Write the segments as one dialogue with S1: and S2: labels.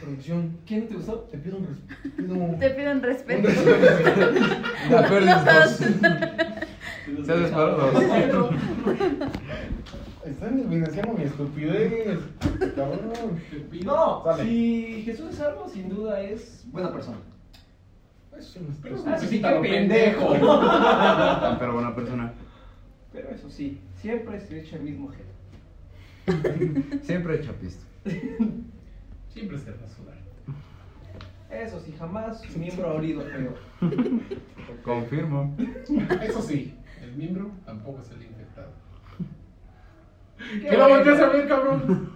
S1: producción.
S2: ¿Quién no te gustó?
S1: Te pido un respeto. pido un-
S3: Te pido un
S1: un
S3: respeto.
S1: respeto.
S4: De acuerdo,
S3: Los dos.
S4: Se desparó.
S1: Están evidenciando mi estupidez. Cabrón.
S2: No,
S1: Sale.
S2: si Jesús es algo, sin duda es buena persona.
S1: Eso no está-
S2: Ah, sí,
S5: qué pendejo.
S4: Pero buena persona.
S2: Pero eso sí, siempre se echa el mismo gel.
S4: Siempre chapista.
S5: Siempre se va a sudar.
S2: Eso sí, jamás su miembro ha olido feo.
S4: Confirmo.
S5: Eso sí, el miembro tampoco es el infectado.
S2: ¿Qué
S5: ¿Qué lo volteas a ver, cabrón?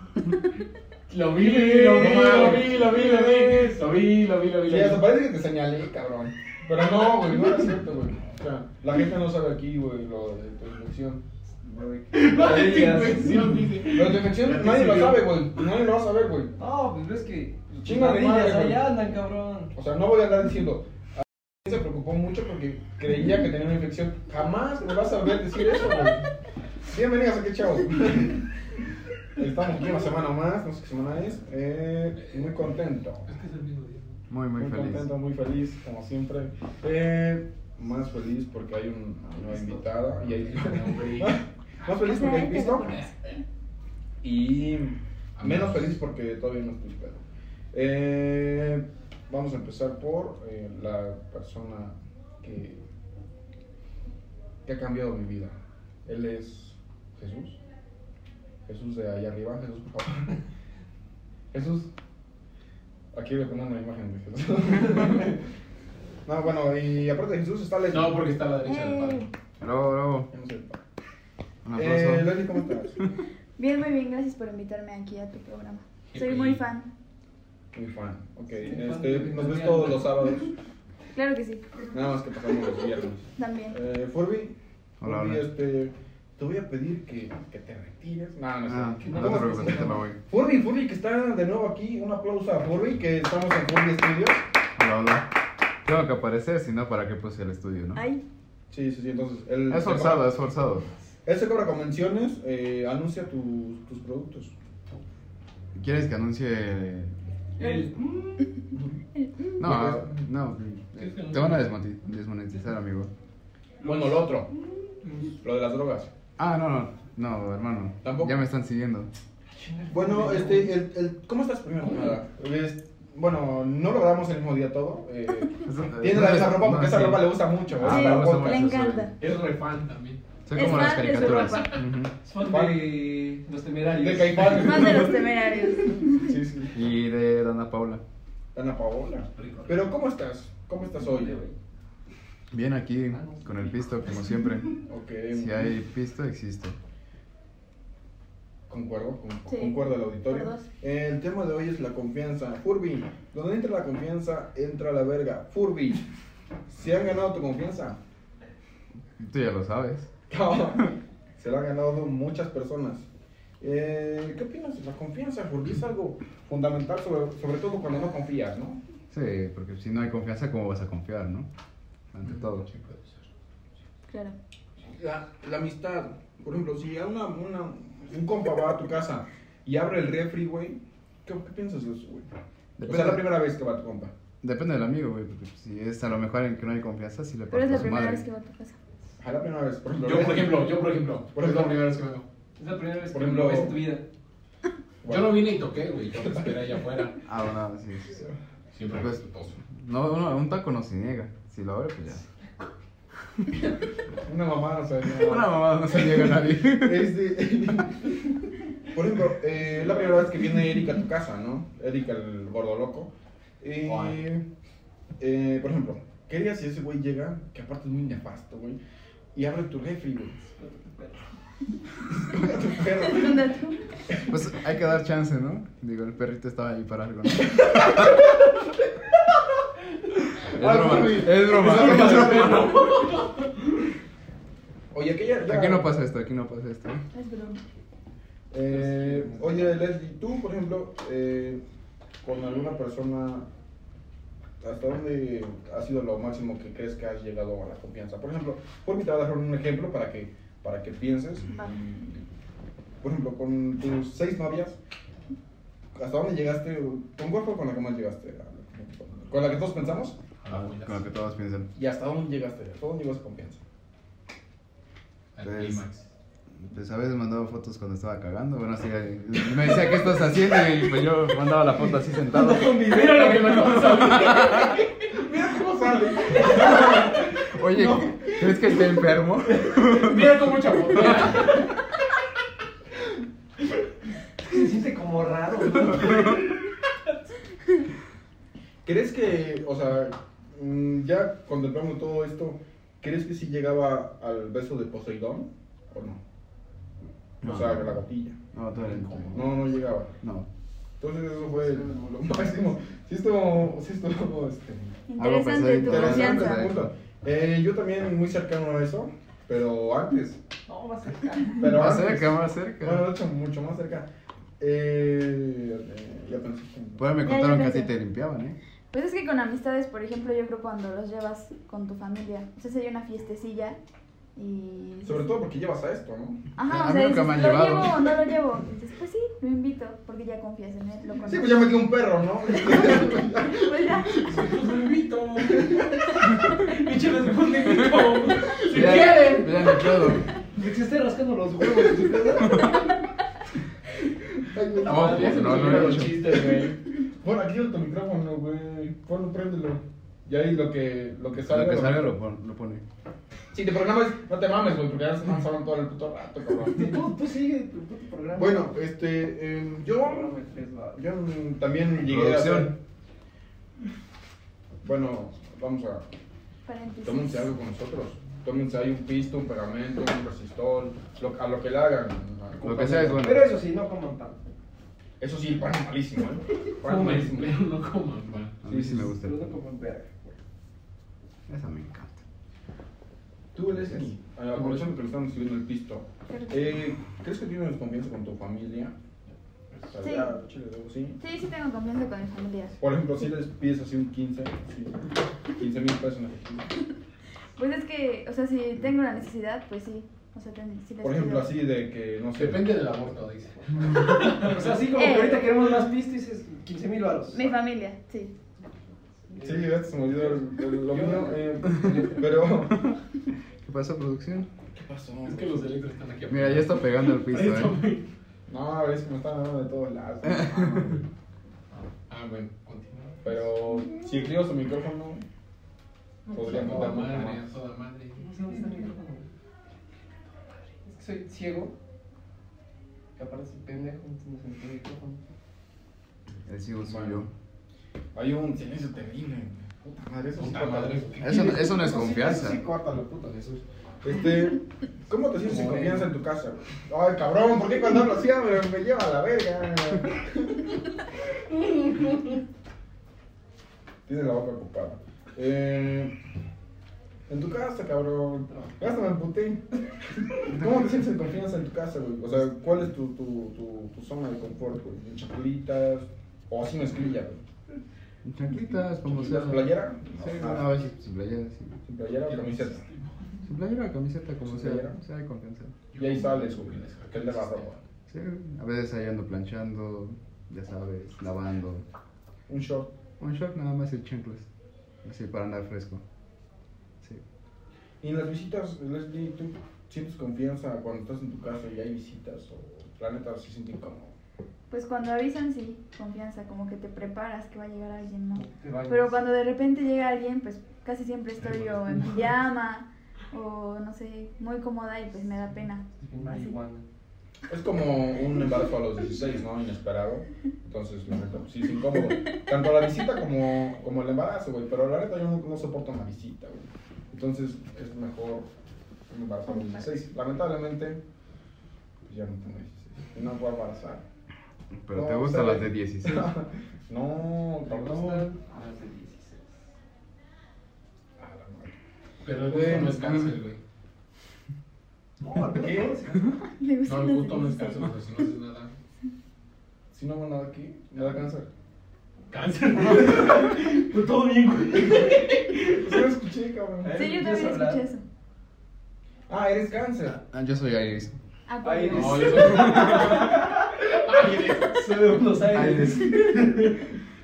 S5: Lo vi, lo vi, lo vi, lo vi, lo vi. Lo vi, lo vi, lo vi.
S1: Sí, hasta parece que te señalé, cabrón. Pero no, güey, no es cierto, güey. O sea, la gente no sabe aquí, güey, lo de tu infección.
S5: No, es tu infección, dice.
S1: Lo de tu infección nadie lo sabe, güey. Nadie lo va a saber, güey.
S2: No, pues ves que. tus
S1: Chinga de
S2: mamadas
S1: ellas, güey.
S2: allá andan, cabrón.
S1: O sea, no voy a andar diciendo. "Ah, Se preocupó mucho porque creía que tenía una infección. Jamás me vas a ver decir eso, güey. Bienvenidos a qué chavos. Estamos aquí una semana más, no sé qué semana es. Eh, muy contento.
S5: Es que es el mismo día. ¿no?
S4: Muy, muy
S1: Muy
S4: feliz.
S1: contento, muy feliz, como siempre. Eh, más feliz porque hay un- una nueva invitada. Y hay... más feliz porque hay pisto. Y menos feliz porque todavía no estoy pedo. Eh, vamos a empezar por eh, la persona que, que ha cambiado mi vida. Él es Jesús. Jesús de allá arriba. Jesús, por favor. Jesús. Aquí voy a poner una imagen de Jesús. no, bueno, y aparte de Jesús está Leslie.
S5: No, porque está a la derecha del
S3: Eh,
S5: padre.
S4: Bravo, bravo.
S1: Ya no sé el padre.
S4: Un
S1: Eh,
S4: aplauso.
S1: Leslie, ¿cómo estás?
S3: Bien, muy bien, gracias por invitarme aquí a tu programa.
S5: Qué
S3: Soy
S5: bien.
S3: muy fan.
S1: Muy fan. Ok,
S2: fan
S1: este,
S2: de
S1: nos ves
S2: Victoriano.
S1: todos los sábados.
S3: Claro que sí,
S1: Nada más que pasamos los viernes.
S3: también.
S1: Eh, Furby,
S4: Hola,
S1: Furby,
S4: hola.
S1: este, te voy a pedir que, que te retires. No, no, sé.
S4: Ah,
S1: ¿Qué-
S4: no
S1: cómo
S4: te
S1: se
S4: preocupes,
S1: llama?
S4: te la voy.
S1: Furby, Furby, que está de nuevo aquí. Un aplauso a Furby, que estamos en Furby Studios.
S4: Hola, hola. Tengo que aparecer, si no, ¿para qué puse el estudio, no?
S3: Ay,
S1: Sí, sí, sí, entonces. Él
S4: Es
S1: se
S4: forzado,
S1: cobra-
S4: es forzado.
S1: Él se cobra convenciones, eh, anuncia tus, tus productos.
S4: ¿Quieres que anuncie.?
S5: El- Mm.
S4: No, no.
S5: ¿Quieres que
S4: Te van a
S5: anuncie?
S4: desmoti- desmonetizar, amigo.
S1: Bueno, lo otro, lo de las drogas.
S4: Ah, no, no. No, hermano.
S1: Tampoco.
S4: Ya me están siguiendo.
S1: Bueno, este, el, el, ¿cómo estás primero? que Nada. Es- Bueno, no lo grabamos el mismo día todo. Eh, tiene la misma ropa porque esa ropa le gusta mucho. ¿verdad?
S4: Ah,
S3: me
S1: Para
S4: gusta
S1: podcast.
S3: le
S4: eso soy.
S3: encanta.
S5: Es re fan también.
S4: Soy
S3: Es
S4: como las
S3: fan de su
S4: caricaturas.
S3: ropa.
S4: Ujú.
S2: Es fan de los temerarios.
S1: De Caifán.
S3: Más de los temerarios.
S1: Sí, sí.
S4: Y de Dana Paula.
S1: Ana Paola. Pero ¿cómo estás? ¿Cómo estás hoy?
S4: Bien aquí, con el pisto, como siempre.
S1: Ok.
S4: Si hay pisto, existe.
S1: Concuerdo, con,
S3: Sí.
S1: concuerdo el
S3: Por
S1: auditorio.
S3: dos.
S1: El tema de hoy es la confianza. Furby, donde entra la confianza, entra la verga. Furby, ¿se han ganado tu confianza?
S4: Tú ya lo sabes.
S1: Se la han ganado muchas personas. Eh, ¿Qué opinas de la confianza, Furby? Es algo fundamental, sobre, sobre todo cuando no confías, ¿no?
S4: Sí, porque si no hay confianza, ¿cómo vas a confiar, no? Ante todo.
S5: Sí, puede ser.
S3: Claro.
S1: La, la amistad, por ejemplo, si a una, una- un compa va a tu casa y abre el refri, güey, ¿qué, qué piensas de eso, güey? O sea, es la
S4: Depende,
S1: primera vez que va tu compa.
S4: depende del amigo, güey. porque Si es a lo mejor en que no hay confianza, sí le
S3: Pero es
S4: parto a
S3: la
S4: su
S3: primera
S4: madre.
S3: vez que voy a tu casa.
S1: Ajá, la primera vez. Por ejemplo,
S5: Yo, por ejemplo, yo, por ejemplo.
S1: Por
S5: es
S1: ejemplo.
S5: la primera vez que vengo.
S2: Es la primera vez
S1: Por
S2: que
S1: ejemplo,
S2: lo ves en tu vida.
S1: Bueno,
S5: Yo no vine y toqué, güey. Yo te esperé allá afuera.
S4: Ah, bueno, sí, sí, sí.
S5: Siempre
S4: Pues-
S5: respetuoso.
S4: No, uno- un taco no se niega. Si lo abre, pues ya.
S1: Una mamada, o sea, no.
S4: Una mamá no se niega a nadie.
S1: Este, por ejemplo, eh, es la primera vez que viene Erika a tu casa, ¿no? Erika, el gordo loco. Y,
S5: Ay.
S1: eh, por ejemplo, ¿qué harías si ese güey llega, que aparte es muy nefasto, güey, y abre tu refri, güey? Tu perro.
S3: Es un dato.
S4: Pues hay que dar chance, ¿no? Digo, el perrito estaba ahí para algo, ¿no? Es broma,
S1: Furby.
S4: es broma, es broma.
S1: Oye, aquella. ya-
S4: Aquí no pasa esto, aquí no pasa esto.
S3: Es broma.
S1: Eh, oye, Leslie, tú, por ejemplo, eh, con alguna persona, ¿hasta dónde ha sido lo máximo que crees que has llegado a la confianza? Por ejemplo, por mí te voy a dejar un ejemplo para que, para que pienses.
S3: Va.
S1: Por ejemplo, con tus seis novias, ¿Hasta dónde llegaste? ¿Con cuál fue con la que más llegaste? ¿Con la que todos pensamos?
S5: Ah,
S4: Con
S5: con
S4: lo que todos piensan.
S1: ¿Y hasta dónde llegaste? ¿Hasta dónde llegó esa confianza?
S5: el
S4: Pues-
S5: clímax.
S4: Pues a veces mandaba fotos cuando estaba cagando. Bueno, así eh, me decía, ¿qué estás haciendo? Y pues yo mandaba la foto así sentado.
S5: Mira lo que me pasó.
S1: Mira cómo sale.
S4: Oye, ¿crees que esté enfermo?
S5: Mira cómo chapotea.
S2: Se siente como raro, ¿no?
S1: ¿Crees que, o sea, mm, ya contemplando todo esto, ¿crees que sí llegaba al beso de Poseidón o no? O
S4: No.
S1: sea, la gatilla.
S4: No, todavía no.
S1: No, no llegaba.
S4: No.
S1: Entonces eso fue lo, lo máximo. Sí estuvo, sí estuvo, este,
S3: Interesante tu
S4: Algo pasó
S1: interesante
S3: confianza.
S1: ese punto. Eh, yo también muy cercano a eso, pero antes.
S2: No, va a ser.
S1: Pero
S4: más
S1: antes.
S4: cerca, más cerca.
S1: Bueno, de hecho, mucho más cerca. Eh, eh, ya pensé que-
S4: Bueno, me
S3: Ya,
S4: contaron
S3: ya
S4: que así
S3: pensé.
S4: te limpiaban, ¿eh?
S3: Pues es que con amistades, por ejemplo, yo creo cuando los llevas con tu familia, o sea, sería una fiestecilla y...
S4: Pues
S1: Sobre todo porque llevas a esto, ¿no?
S4: A
S3: Ajá,
S4: mí
S3: o sea,
S4: nunca
S3: dices,
S4: me han
S3: ¿lo
S4: llevado".
S3: llevo o no lo llevo? Y dices, pues sí, lo invito, porque ya confías en él, lo conoces.
S1: Sí, pues ya metí un perro, ¿no?
S3: Pues ya.
S5: Pues lo invito. Échales un invito. Si
S4: Ya-
S5: quieren.
S4: Ya no puedo.
S2: Se esté rascando los huevos. en su casa.
S1: Ay, me-
S4: No,
S5: Ya se
S4: no,
S5: nos
S4: no
S5: olvidaron
S4: lo he
S5: los
S4: hecho.
S5: chistes, güey.
S1: Bueno, aquí está tu micrófono, güey. Ponlo, préndelo. Y ahí lo que, lo que salga.
S4: Lo que salga lo, pon- lo pone.
S1: Si te programas, no te mames, güey, porque ya se lanzaron todo el puto rato, cabrón.
S2: Tú, tú sigue tu puto programa.
S1: bueno, este, em, yo,
S2: Programa de tres lados.
S1: yo mm, también llegué a hacer...
S4: Producción.
S1: Bueno, vamos a...
S3: Paréntesis.
S1: Tómense algo con nosotros. Tómense ahí un pisto, un pegamento, un resistol, lo- a lo que le hagan.
S4: Lo que sea es bueno.
S2: Pero eso sí, no coman pan.
S1: Eso sí, el pan es malísimo, ¿eh? Pan
S5: Comen,
S1: malísimo.
S5: pero no coman pan.
S4: A mí sí me gusta.
S2: Pero no coman verga.
S4: Esa me encanta.
S1: Tú, Leslie, eh, aprovechando que le estamos subiendo el pisto, eh, ¿crees que tienes confianza con tu familia? O sea,
S3: Sí.
S1: ya, chile, luego sí.
S3: Sí, sí tengo confianza con mi familia.
S1: Por ejemplo, si les pides así un 15, sí, 15 mil pesos en efectivo.
S3: Pues es que, o sea, si tengo la necesidad, pues sí. O sea, ten, sí les
S1: Por ejemplo,
S3: pido.
S1: así de que, no sé,
S5: Depende del aborto, dice.
S2: O sea, así como que
S3: Eh.
S2: ahorita queremos más pistas, dices 15 mil baros.
S3: Mi familia, sí.
S1: Sí, ya se me olvidó el- el- lo mío, eh, pero...
S4: ¿Qué pasó, producción?
S1: ¿Qué pasó?
S5: Es que los electros están aquí.
S4: Mira, ya está pegando el piso,
S5: Ahí está,
S4: ¿eh?
S5: güey.
S1: No, es que me están hablando de todos lados. Ah, güey.
S5: Ah, bueno, continúa.
S1: Pero si activo su micrófono, podría
S5: Toda
S1: contar mucho
S5: madre,
S1: más.
S5: toda madre.
S2: No sé dónde está el micrófono. Es que soy ciego. Que aparece pendejo, entonces no se me pone el micrófono.
S4: El sigo soy yo.
S1: Bueno. Hay un silencio terrible. güey. Puta madre, eso sí
S5: Puta
S1: corta.
S5: madre. ¿qué
S4: Eso,
S5: quieres?
S4: eso no es
S1: Eso sí-
S4: confianza.
S1: eso Sí, córtalo, puta Jesús. Este, ¿cómo te sientes sin
S2: Como
S1: confianza en tu casa? güey? Ay, cabrón, ¿por qué cuando hablo así me, me lleva a la verga? Tienes la boca ocupada. Eh, en tu casa, cabrón. Ya hasta me emputé. ¿Cómo te sientes en confianza en tu casa, güey? O sea, ¿cuál es tu, tu, tu, tu zona de confort, güey? ¿En chapulitas? ¿O así mezclilla, güey?
S4: Chanclitas, como sea.
S1: ¿Chapulitas, playera?
S4: Sí,
S1: Ah,
S4: a veces sin playera, sí.
S1: ¿Sin playera o camiseta?
S4: Sin playera, camiseta, como
S1: ¿Sin
S4: sea.
S1: playera?
S4: O sea, hay confianza.
S1: Y ahí sales, güey, que es de la ropa.
S4: Sí, a veces ahí ando planchando, ya sabes, lavando.
S1: Un short.
S4: Un short nada más y chanclas. Así para andar fresco. Sí.
S1: Y en las visitas, Leslie, ¿tú sientes confianza cuando estás en tu casa y hay visitas? ¿O la neta se siente incómodo?
S3: Pues cuando avisan, sí, confianza, como que te preparas que va a llegar alguien, ¿no?
S2: Te bañas.
S3: Pero cuando de repente llega alguien, pues casi siempre estoy yo en pijama o no sé, muy cómoda y pues me da pena.
S2: Es bien marihuana.
S1: Es como un embarazo a los 16, ¿no? Inesperado. Entonces, la neta, sí es incómodo. Tanto la visita como, como el embarazo, güey. Pero la neta, yo no, no soporto una visita, güey. Entonces, es mejor un embarazo a los 16. Lamentablemente, pues ya no tengo 16. Y no puedo embarazar.
S4: Pero
S1: No,
S4: te gustan
S1: sabe.
S4: las de 16.
S1: No,
S2: Te
S1: cabrón.
S2: gustan las de 16.
S1: Ah, la madre.
S5: Pero el gusto no es cáncer, güey.
S2: No, ¿qué?
S3: Me
S5: No,
S3: gustan
S5: el
S3: las
S5: gusto no es
S3: delicias.
S5: cáncer, pero si no haces nada.
S1: Si no hago nada aquí, me da cáncer.
S5: Cáncer, no. Pero todo bien, güey.
S1: Sí lo escuché, cabrón.
S3: Sí, yo también
S2: ¿Quieres hablar?
S3: escuché eso.
S1: Ah, eres cáncer.
S4: Ah, yo soy Iris.
S3: Ah, por
S2: Ahí
S3: Dios.
S5: No, yo soy. Ay, eres.
S2: Soy de Buenos Aires.
S4: Aires.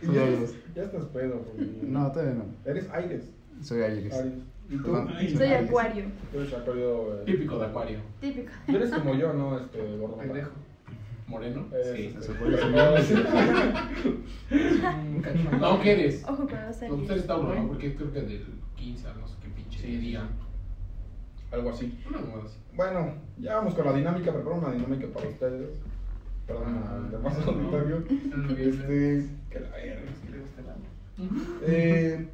S4: Soy Aires.
S1: Ya estás pedo, güey.
S4: No, todavía no.
S1: Eres Aires.
S4: Soy Aires.
S1: Aries. ¿Y tú?
S4: Ajá.
S5: Aries.
S3: Soy
S4: Aries.
S3: acuario,
S1: Tú eres acuario. eh,
S5: Típico de acuario.
S3: típico.
S1: Tú eres como yo, ¿no? Este, gordo.
S2: Pendejo.
S5: Moreno.
S1: Eh,
S5: Sí.
S1: este,
S4: Se supone que
S1: no,
S2: Un cachorro.
S5: No, ¿qué eres?
S3: Ojo con los
S5: Pues
S3: aliens.
S5: tú eres Tauro, ¿no? Porque creo que del 15 al no sé qué pinche día.
S1: Algo así.
S5: Una mamada así.
S1: Bueno, ya vamos con la dinámica. Preparo una dinámica para ustedes. Perdón,
S5: Ah,
S1: al demás
S5: no.
S1: auditorio. Este, que la verga.
S2: Es que le gusta el hambre.
S5: Ujú.
S1: Eh,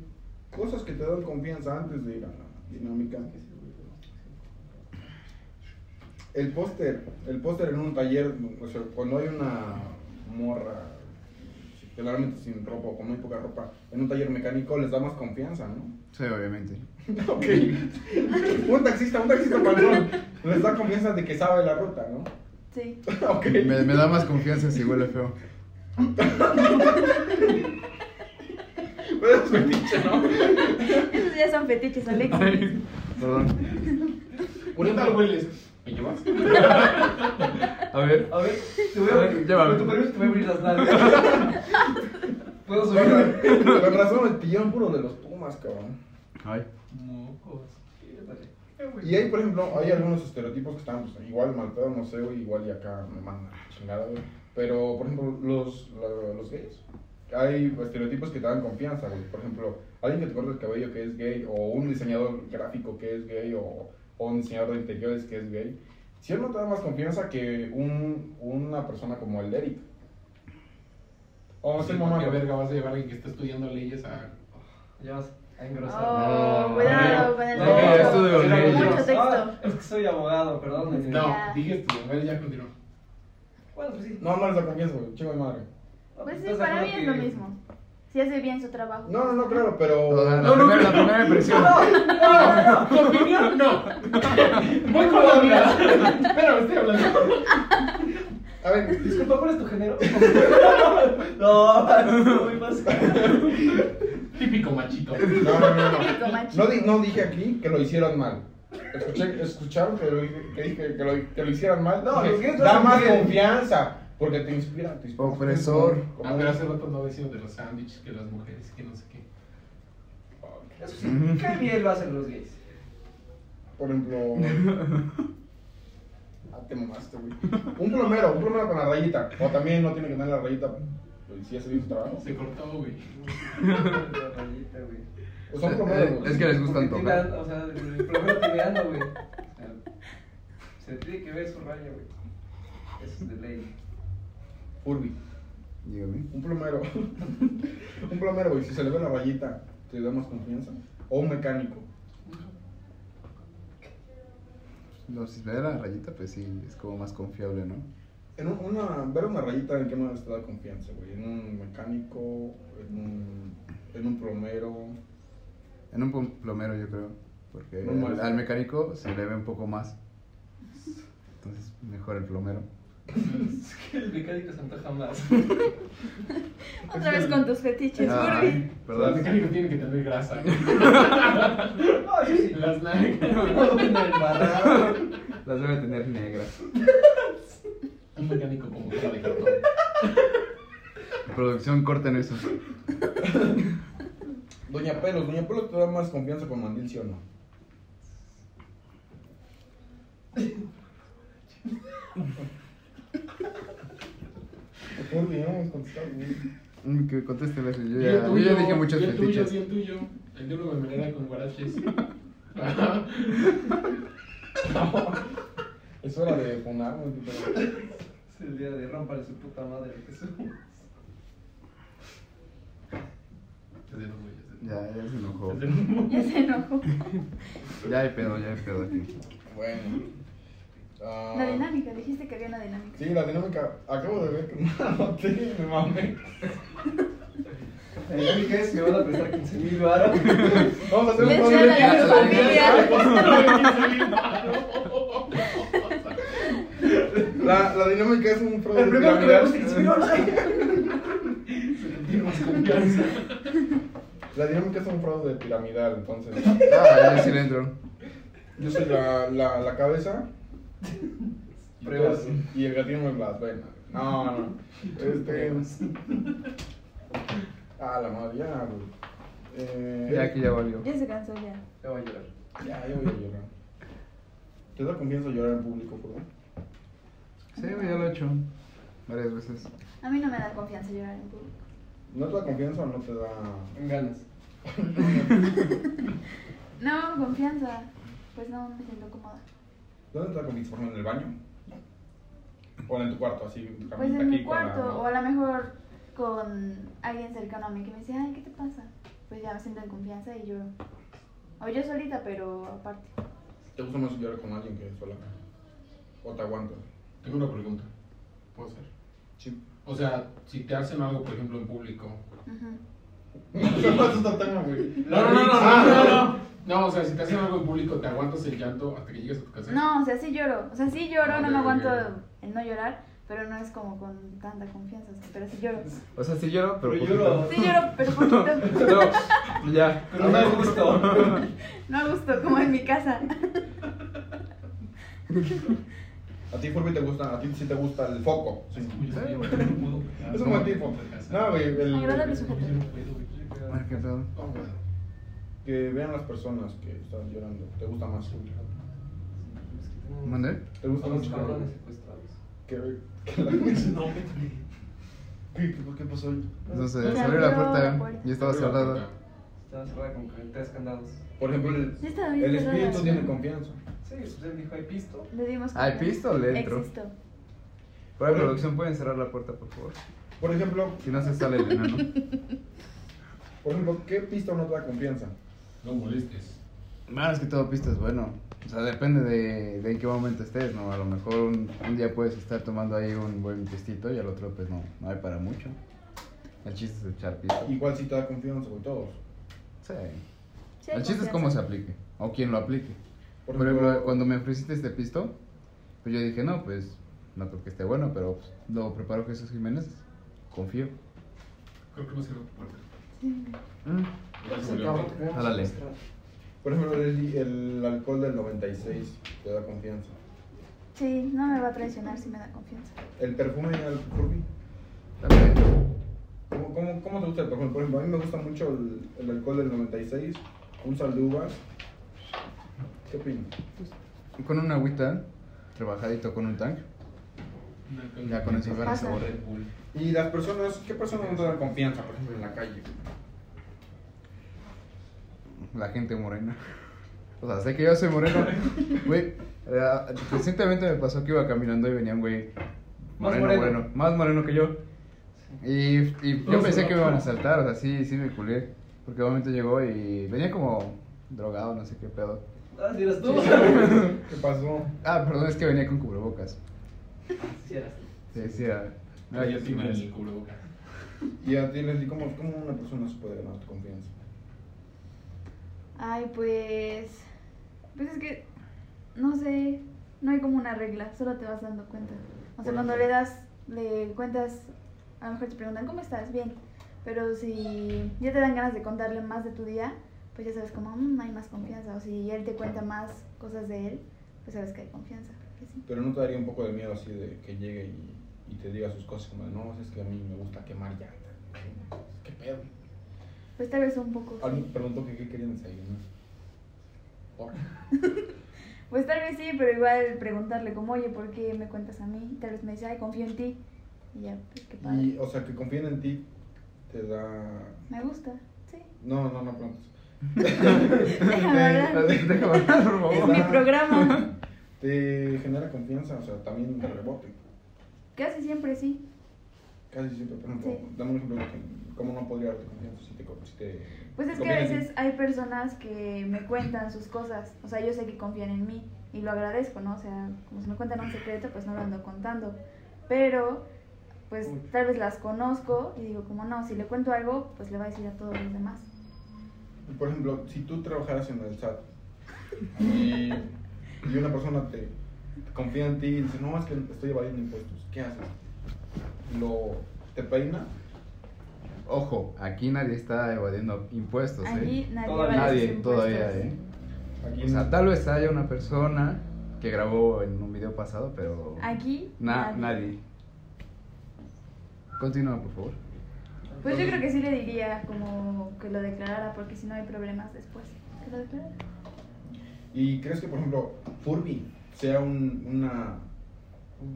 S1: cosas que te dan confianza antes de ir a la dinámica. El póster, el póster en un taller, o sea, cuando hay una morra, generalmente sin ropa o con muy poca ropa, en un taller mecánico les da más confianza, ¿no?
S4: Sí, obviamente.
S1: Ok. un taxista, un taxista patrón, les da confianza de que sabe la ruta, ¿no?
S3: Sí.
S1: Ok.
S4: Me, me da más confianza si huele feo.
S1: Pero es fetiche, Pues, ¿no?
S3: Esos ya son fetiches, Alex.
S4: Perdón.
S5: Ahorita lo hueles. ¿Me llevas?
S4: A ver.
S2: A ver, te voy a abrir.
S4: Llévame.
S2: Con tu permiso, te voy a abrir las nalgas. ¿Puedo subir?
S1: Con razón, el pillón puro de los Pumas, cabrón.
S4: Ay.
S5: Mocos.
S1: Y hay, por ejemplo, hay algunos estereotipos que están pues, igual mal pedo, no sé, güey, igual y acá me mandan a la chingada, güey. Pero, por ejemplo, los, la- los gays, hay estereotipos que te dan confianza, güey. Por ejemplo, alguien que te corta el cabello que es gay, o un diseñador gráfico que es gay, o, o un diseñador de interiores que es gay. Si él no te da más confianza que un, una persona como el Eric. O no
S5: No
S1: sé,
S5: sé,
S1: mamá,
S5: mamá, qué
S1: güey.
S5: verga vas a llevar a alguien que está estudiando leyes ah, a.
S2: Ya vas a engrosar.
S3: Oh,
S4: No.
S3: cuidado con el
S2: No,
S4: esto de
S3: texto.
S4: Olmedo.
S3: Mucho texto.
S2: Ah, es que soy abogado, perdón.
S5: No,
S3: Ya.
S5: dije estudiar. Bueno, ya continuó.
S2: Bueno, pues sí.
S1: No, no les da confianza, güey, chingo de madre.
S3: Pues sí,
S2: Ah, ¿Estás de
S3: para mí
S2: acuerdo
S3: es lo
S2: que-
S3: mismo. Si hace bien su trabajo.
S1: No, no, no, claro, pero...
S4: O sea, la, primera, la primera impresión.
S5: Tu opinión no. Voy con la mía. Pero me estoy hablando.
S1: A ver,
S2: Disculpa, ¿cuál es tu género? no, es muy fácil.
S5: Típico machito.
S1: no, no, no, no.
S3: Típico macho.
S1: No, di- no dije aquí que lo hicieran mal. Escuché, escucharon que, lo, que dije que lo, que lo hicieran mal.
S2: No,
S1: Dije,
S2: los gays lo
S1: da
S2: hacen
S1: más
S2: bien.
S1: confianza. Porque te inspira, te inspira.
S4: Opresor.
S1: Como-
S5: Ah, pero hace rato no decían de los sándwiches, que las mujeres, que no sé qué.
S2: Eso sí, qué bien lo hacen los gays.
S1: Por ejemplo. Ah, te mamaste, güey. Un plomero, un plomero con la rayita. O también no tiene que tener la rayita. pues, Si hace bien su trabajo.
S5: Se cortó, güey.
S2: La rayita, güey.
S1: O son plomeros. güey.
S4: Es que les gustan
S2: Porque tiene
S4: tocar.
S2: al- O sea, el problema tiene algo, güey. O sea, Se tiene que ver su raya, güey. Eso es de ley.
S1: Furby.
S4: Dígame.
S1: Un plomero. un plomero, güey. Si se le ve la rayita, te da más confianza. O un mecánico.
S4: No, si ve la rayita, pues sí, es como más confiable, ¿no?
S1: En un- una, ver una rayita en que no te da confianza, güey. En un mecánico, en un, en un plomero.
S4: En un pom- plomero, yo creo. Porque
S1: No más.
S4: al, al mecánico se le ve un poco más. Entonces, mejor el plomero.
S2: Es que el mecánico se antoja más.
S3: Otra
S1: Este,
S3: vez con tus fetiches,
S1: ah.
S3: Furby.
S4: Ay,
S5: Los
S4: perdón.
S5: mecánicos tienen que tener grasa. güey.
S2: No, eso sí.
S5: Las nalgas.
S2: No, en el barrado.
S4: Las debe tener negras.
S5: Un mecánico como cara de cartón.
S4: Producción, corten eso.
S1: Doña Pelos, Doña Pelos te da más confianza con mandil, ¿sí o no? Furby, no hemos contestado, güey.
S4: Mm, Que conteste Leslie. Yo
S5: Y
S4: ya,
S5: el
S4: yo
S5: tuyo,
S4: ya dije muchos
S5: y el tuyo,
S4: fetiches.
S5: y El tuyo, el diablo me menea con guaraches.
S1: Es hora de poner, güey. pero-
S2: Es el día de rompale su puta madre a Jesús.
S4: Ya, ya se enojó.
S3: Ya se enojó.
S4: Ya hay pedo, ya hay pedo aquí.
S1: Bueno. Ah,
S3: La dinámica, dijiste que había una dinámica.
S1: Sí, la dinámica. Acabo de ver que no la noté y me mamé.
S2: La dinámica es que van a prestar 15 mil baros.
S1: Vamos a hacer
S3: Le
S1: un
S3: echan la
S4: Ya,
S3: culpa a mi familia.
S1: La, la dinámica es un fraude
S2: El primero que me gusta
S1: piramidal.
S2: 15 mil baros.
S5: Tiene más confianza.
S1: La dinámica es un fraude piramidal, entonces.
S4: Ah, ya sí le entro.
S1: Yo soy la, la, la cabeza
S2: Pruebas.
S1: y el gatino me las venas. No, no. Este. Ah, la madre, ya, güey. Eh,
S4: Ya que ya volvió.
S3: Ya se cansó ya.
S2: Ya voy a llorar.
S1: Ya, ya voy a llorar. ¿Te da confianza llorar en público, por favor?
S4: Sí, güey, ya lo he hecho. Varias veces.
S3: A mí no me da confianza llorar en público.
S1: ¿No te da confianza o no te da.?
S2: Ganas.
S3: No, confianza. Pues no, me siento cómoda.
S1: ¿Dónde te da confianza? ¿Por ejemplo, en el baño? ¿O en tu cuarto, así, en tu camita
S3: Pues en mi
S1: aquí con la-
S3: cuarto, o a lo mejor con alguien cercano a mí que me dice, ay, ¿qué te pasa? Pues ya me siento en confianza y lloro. O yo solita, pero aparte.
S1: ¿Te gusta más llorar con alguien que sola? ¿O te aguantas?
S5: Tengo una pregunta. ¿Puedo hacer?
S1: Sí.
S5: O sea, si te hacen algo, por ejemplo, en público.
S3: Ujú.
S5: No, no, no, no, no, no, no. Ah, No, o sea, si te hacen algo en público, te aguantas el llanto hasta que llegues a tu casa.
S3: No, o sea, sí lloro. O sea, sí lloro,
S1: Ah,
S3: no me
S5: Ok,
S3: aguanto
S5: ok.
S3: en no llorar, pero no es como con tanta confianza. o sea, Pero sí lloro.
S4: O sea, sí lloro, pero.
S1: Pero
S4: poquito.
S3: Sí lloro, pero poquito.
S4: No, ya.
S2: Pero no me gustó.
S3: No a gusto, como en mi casa.
S1: ¿A ti, Furby, te gusta? ¿A ti sí te gusta el foco? Sí. Es
S5: Es
S1: un buen tipo. Ah, No, güey, el-
S3: Agradable sujeto.
S4: Ay, qué pedo.
S1: que vean las personas que están llorando. ¿Te gusta más?
S4: ¿Mandé?
S1: ¿Te gusta más?
S2: Somos
S1: que-
S2: cabrones secuestrados.
S1: Que, que la... ¿Qué, qué, ¿Qué pasó ahí?
S4: No sé,
S3: Se
S4: se abrió la
S3: abrió la
S4: puerta
S3: puerta.
S4: y estaba cerrada.
S2: Estaba cerrada con ca- tres candados.
S1: Por ejemplo, el,
S3: Sí, estaba bien
S1: el
S3: cerrada.
S1: espíritu tiene confianza.
S2: Sí, pues él dijo, hay pisto.
S3: Le dimos
S4: ¿Hay Ah, pisto o le entro?
S3: Existo.
S4: Por la producción, pueden cerrar la puerta, por favor.
S1: Por ejemplo,
S4: Si no se sale el enano.
S1: por ejemplo, ¿qué pista no te da confianza?
S5: No molestes.
S4: Más que todo pista es bueno. O sea, depende de, de en qué momento estés, ¿no? A lo mejor un, un día puedes estar tomando ahí un buen pistito y al otro pues no, no hay para mucho. El chiste es echar pisto.
S1: ¿Y cuál sí te da confianza, güey? Todos.
S4: Sí.
S3: Sí, hay
S4: El chiste es
S3: confianza.
S4: cómo se aplique o quién lo aplique.
S1: Por
S4: Por ejemplo,
S1: ejemplo,
S4: cuando me ofreciste este pisto, pues yo dije, no, pues no creo que esté bueno, pero pues, lo preparó Jesús Jiménez. Confío.
S5: Creo que no cierro tu puerta.
S2: Se acabó, tenemos
S4: Árale.
S2: secuestrado.
S1: por ejemplo el, el alcohol del 96 te da confianza.
S3: Sí, no me va a traicionar si me da confianza.
S1: ¿El perfume del Furby?
S4: También.
S1: ¿Cómo, cómo, cómo te gusta el perfume? Por ejemplo, a mí me gusta mucho el, el alcohol del 96, un sal de uvas. ¿Qué opinas?
S4: Con una agüita, trabajadito con un tanque. Ya con eso agarra
S3: Pasa.
S4: sabor.
S5: Red Bull.
S1: ¿Y las personas, qué personas no te dan confianza, por ejemplo, en la calle?
S4: La gente morena. O sea, sé que yo soy moreno. Güey, eh, recientemente me pasó que iba caminando y venía un güey
S2: Más
S4: moreno,
S2: moreno.
S4: moreno, más moreno que yo. Y, y yo
S5: Todos
S4: pensé que me iban a
S5: guapos.
S4: saltar, o sea, sí, sí me culé. Porque de momento llegó y venía como drogado, no sé qué pedo.
S2: Ah, sí, eras tú.
S1: ¿Qué pasó?
S4: Ah, perdón, es que venía con cubrebocas.
S2: Sí, eras tú.
S4: Sí, sí, ah, no,
S5: Ay,
S4: yo
S5: ya
S4: sí
S5: sí
S4: me-
S5: me el cubreboca.
S1: ¿Y a ti, Leslie, cómo, cómo una persona se puede ganar tu confianza?
S3: Ay, pues. Pues es que. No sé. No hay como una regla, solo te vas dando cuenta. O sea,
S1: Por
S3: cuando
S1: ejemplo.
S3: le das. Le cuentas. A lo mejor te preguntan, ¿cómo estás? Bien. Pero si ya te dan ganas de contarle más de tu día, pues ya sabes como, "Mm, hay más confianza. O si él te cuenta más cosas de él, pues sabes que hay confianza. que sí.
S1: Pero no te daría un poco de miedo así de que llegue y, y te diga sus cosas como, de, no, es que a mí me gusta quemar llantas. ¿Qué pedo?
S3: Pues tal vez un poco.
S1: Alguien
S3: sí.
S1: preguntó que qué querían desayunar. Por-
S3: Pues tal vez sí, pero igual preguntarle como, oye, ¿por qué me cuentas a mí? Tal vez me dice, ay, confío en ti. Y ya, pues qué padre.
S1: Y, o sea, que confíen en ti te da...
S3: Me gusta, sí.
S1: No, no, no preguntes.
S3: Déjame hablar.
S4: Déjame hablar, por
S3: Es
S4: favor.
S3: mi programa.
S1: Te genera confianza, o sea, también te rebote.
S3: Casi siempre sí.
S1: Casi siempre, por ejemplo,
S3: Sí.
S1: dame un ejemplo de que- cómo no podría darte confianza si te... co- Si te
S3: Pues es que a
S1: conviene en ti.
S3: veces hay personas que me cuentan sus cosas. O sea, yo sé que confían en mí y lo agradezco, ¿no? O sea, como si me cuentan un secreto, pues no lo ando contando. Pero, pues
S2: Uy.
S3: tal vez las conozco y digo, como no, si le cuento algo, pues le va a decir a todos los demás.
S1: Por ejemplo, si tú trabajaras en el SAT y, y una persona te, te confía en ti y dice, no, es que estoy evadiendo impuestos, ¿qué haces? Lo, ¿Te peina?
S4: Ojo, aquí nadie está evadiendo impuestos, ¿eh?
S3: Allí nadie
S2: Todavía
S3: va a
S4: nadie,
S3: decir impuestos.
S4: todavía, ¿eh?
S1: Aquí
S4: O sea, tal vez haya una persona que grabó en un video pasado, pero
S3: Aquí
S4: na-
S3: nadie.
S4: nadie. Continúa, por favor.
S3: Pues yo creo que sí le diría como que lo declarara, porque si no hay problemas después. Que lo declarara.
S1: ¿Y crees que, por ejemplo, Furby sea un- una,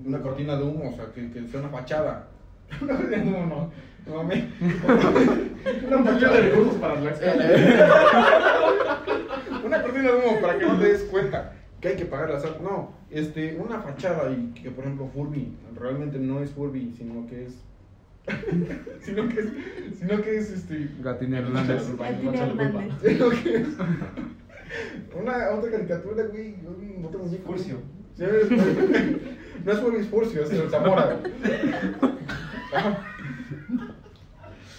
S1: una cortina de humo? O sea, que, que sea una fachada. Una cortina de humo, no. No, mami. Una
S2: pues
S1: fachada de humo.
S5: para la
S1: Una cortina de humo para que no te des cuenta que hay que pagar la sal. No, este, una fachada y que, por ejemplo, Furby realmente no es Furby, sino que es. sino que es. Sino que es este.
S4: Gatín Hernández.
S3: Martín Hernández.
S1: Sino que es. Una otra caricatura, güey. un- Otro músico.
S2: Curcio.
S1: Sí, pues, No es Furby, es Furcio, es el Zamora. güey. Ajá.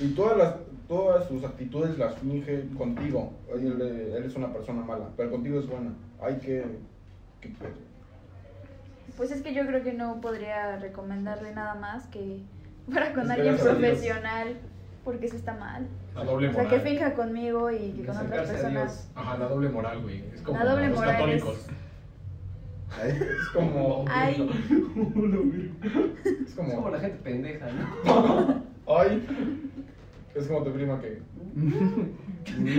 S1: Y todas las todas sus actitudes las finge contigo. Oye, Él, eh, él es una persona mala, pero contigo es buena. Hay que... que-
S3: Pues es que yo creo que no podría recomendarle nada más que fuera con
S1: Pues
S3: alguien
S1: gracias a Dios.
S3: profesional, porque eso está mal.
S5: La doble
S3: O sea, que
S5: moral.
S3: finja conmigo y que con otras
S2: Acercarse a
S3: personas.
S5: Ajá, la doble moral, güey. Es como
S3: La doble
S5: los
S3: moral
S5: católicos.
S1: Es como...
S3: Ay,
S1: Es
S2: Es como
S1: como...
S2: la gente pendeja, ¿no?
S1: Ay. Es como tu prima que...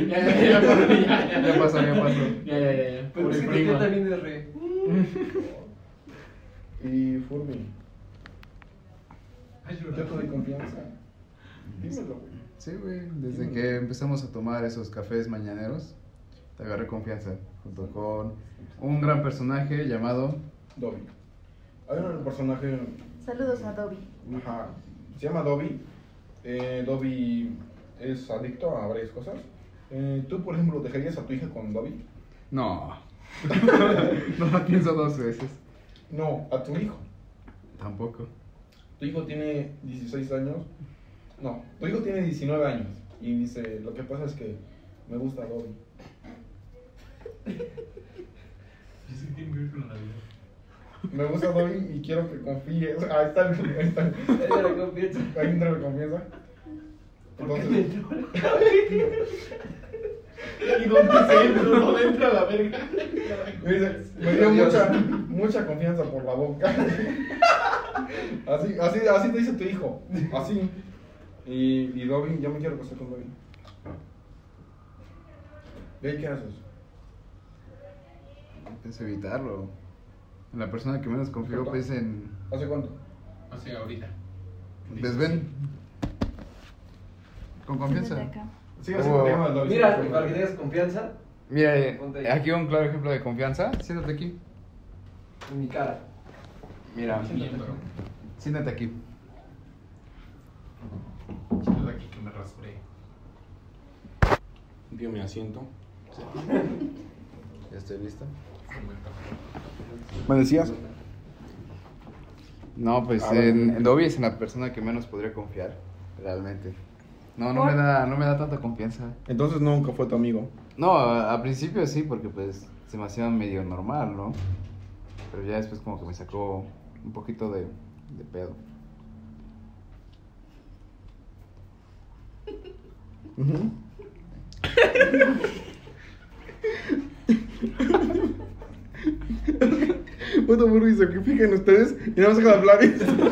S5: Ya, ya, ya, ya, ya,
S4: Ya pasó, ya pasó.
S5: Ya, ya, ya, ya.
S2: Pero
S5: Por
S2: es
S5: el
S2: que tú
S5: primo.
S2: también es re.
S1: Y Furby.
S5: Ay,
S1: Yo te doy confianza. Dímelo, güey.
S4: Sí, güey. Desde que empezamos a tomar esos cafés mañaneros, te agarré confianza. Junto con un gran personaje llamado.
S1: Dobby. Hay un personaje
S3: saludos a Dobby.
S1: Ajá. Se llama Dobby. Eh, Dobby es adicto a varias cosas. Eh, ¿Tú, por ejemplo, dejarías a tu hija con Dobby?
S4: No. no la pienso dos veces.
S1: No, a tu hijo.
S4: Tampoco.
S1: Tu hijo tiene 16 años. No, tu hijo tiene 19 años. Y dice, lo que pasa es que me gusta Dobby.
S5: Sí, tiene que ver con la Navidad.
S1: Me gusta Dobby y quiero que confíes. Ahí está, el- ahí está.
S2: Ella la confianza.
S1: Ahí entra la confianza.
S2: ¿Por qué
S1: Entonces-
S2: me entró la
S5: ¿Y dónde se entra? ¿Dónde entra la verga?
S1: Me dice, me dio mucha, mucha confianza por la boca. Así, así, así te dice tu hijo. Así. Y, y Dobby, yo me quiero casar con Dobby. ¿Y ahí qué haces?
S4: Pienso evitarlo. En la persona que menos confío, pues en.
S1: ¿Hace cuánto?
S5: O sea, ahorita.
S4: Desven. Con confianza.
S3: Desde acá.
S1: Sí, así con el tema del Dobby.
S2: Mira, y para que tengas confianza,
S4: Mira, eh,
S2: Ponte ahí.
S4: aquí un claro ejemplo de confianza. Siéntate aquí.
S2: en mi cara.
S4: Mira,
S5: Miembro.
S4: siéntate aquí.
S5: Siento de aquí que me rasuré.
S1: Dio mi asiento.
S4: Ya estoy listo.
S1: ¿Me decías?
S4: No, pues
S1: A ver.
S4: en, en Dobby es en la persona que menos podría confiar, realmente. No, no
S3: ¿Por?
S4: me da, no me da tanta confianza.
S1: Entonces nunca fue tu amigo.
S4: No, a, a principio sí, porque pues se me hacía medio normal, ¿no? Pero ya después como que me sacó un poquito de, de pedo.
S1: Puta burro, se fijen ustedes y no más dejan hablar.
S2: Se espanta.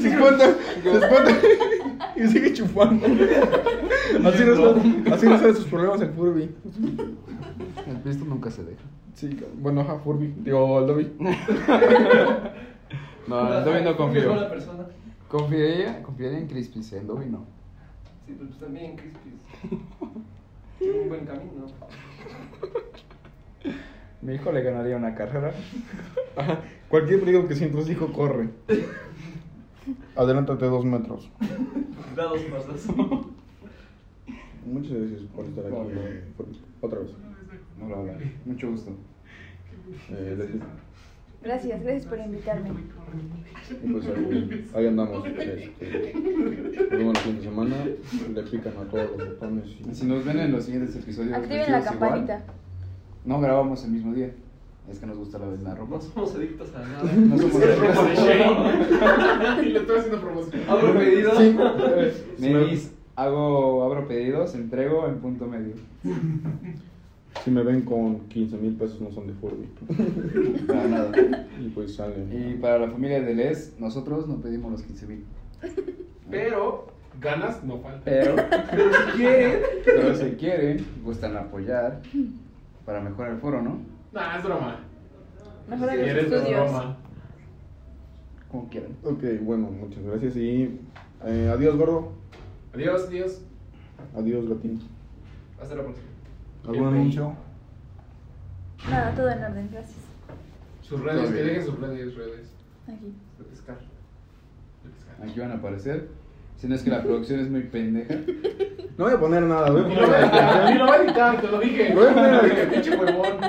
S1: Se espanta, se espanta y sigue chupando. Así resuelve, así resuelve sus problemas el Furby.
S4: El pisto nunca se deja.
S1: Sí, bueno, ajá, Furby. Digo, el Dobby.
S4: No, en Dobby no
S2: Es
S4: confío.
S2: buena persona.
S4: Confiaría, confiaría en Crispy, en Dobby no.
S2: Sí, pero pues también Crispis. Tiene un buen camino.
S4: Mi hijo le ganaría una carrera.
S1: Ajá. Cualquier peligro que sientas, hijo, corre. Adelántate dos metros.
S2: Da dos pasos.
S1: Muchas gracias por estar aquí, Furby. Otra vez.
S4: No lo haga. Mucho gusto.
S1: Eh, de ti.
S3: Gracias, gracias por invitarme.
S1: Y pues ahí, ahí andamos. Este, nos vemos el fin de semana. Le pican a todos los botones. y-
S4: Si nos ven en los siguientes episodios,
S3: Activen la
S4: vestidos igual,
S3: campanita.
S4: No grabamos el mismo día. Es que nos gusta la vecina ropa.
S2: No somos adictos a nada.
S4: No somos adictos.
S5: Y le estoy haciendo promoción.
S2: Abro pedido.
S1: Sí.
S4: Me dis- hago, abro pedidos, entrego en punto medio.
S1: Si me ven con 15 mil pesos, no son de Furby.
S4: Para nada.
S1: Y pues sale.
S4: Y para la familia de Les, nosotros no pedimos los 15 mil.
S5: Pero ganas no faltan.
S4: Pero, pero si quieren, pero si quieren, gustan apoyar para mejorar el foro, ¿no?
S5: Nah, es broma.
S6: Mejor
S5: Si
S6: en los
S5: eres de
S6: estudios.
S5: broma.
S4: Como quieran.
S1: Ok, bueno, muchas gracias y eh, adiós, gordo.
S5: Adiós, adiós.
S1: Adiós, gatito.
S5: Hasta la próxima.
S1: ¿Algún
S5: Ok.
S1: anuncio?
S3: Nada, todo en orden, gracias.
S5: Sus redes,
S4: Todo
S5: que
S4: bien.
S5: dejen sus redes, redes.
S3: Aquí.
S5: De pescar. De pescar.
S4: Aquí van a aparecer. Si no es que la producción es muy pendeja.
S1: No voy a poner nada, ¿eh? voy a
S5: Y
S1: poner
S5: lo va a- y
S1: la
S5: lo va a editar, te lo dije.
S1: Voy a poner-
S5: Pinche huevón.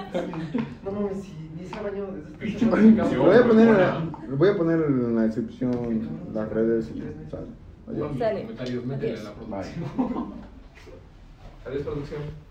S2: No mames, si ni ese baño desde
S5: Pinche
S1: descripción. Lo voy a poner en
S5: Buena.
S1: la, voy a poner en la descripción las redes y sale. Adiós.
S5: Con sus
S6: Sale.
S5: Comentarios, métele a la
S4: Bye.
S5: producción. Adiós, producción.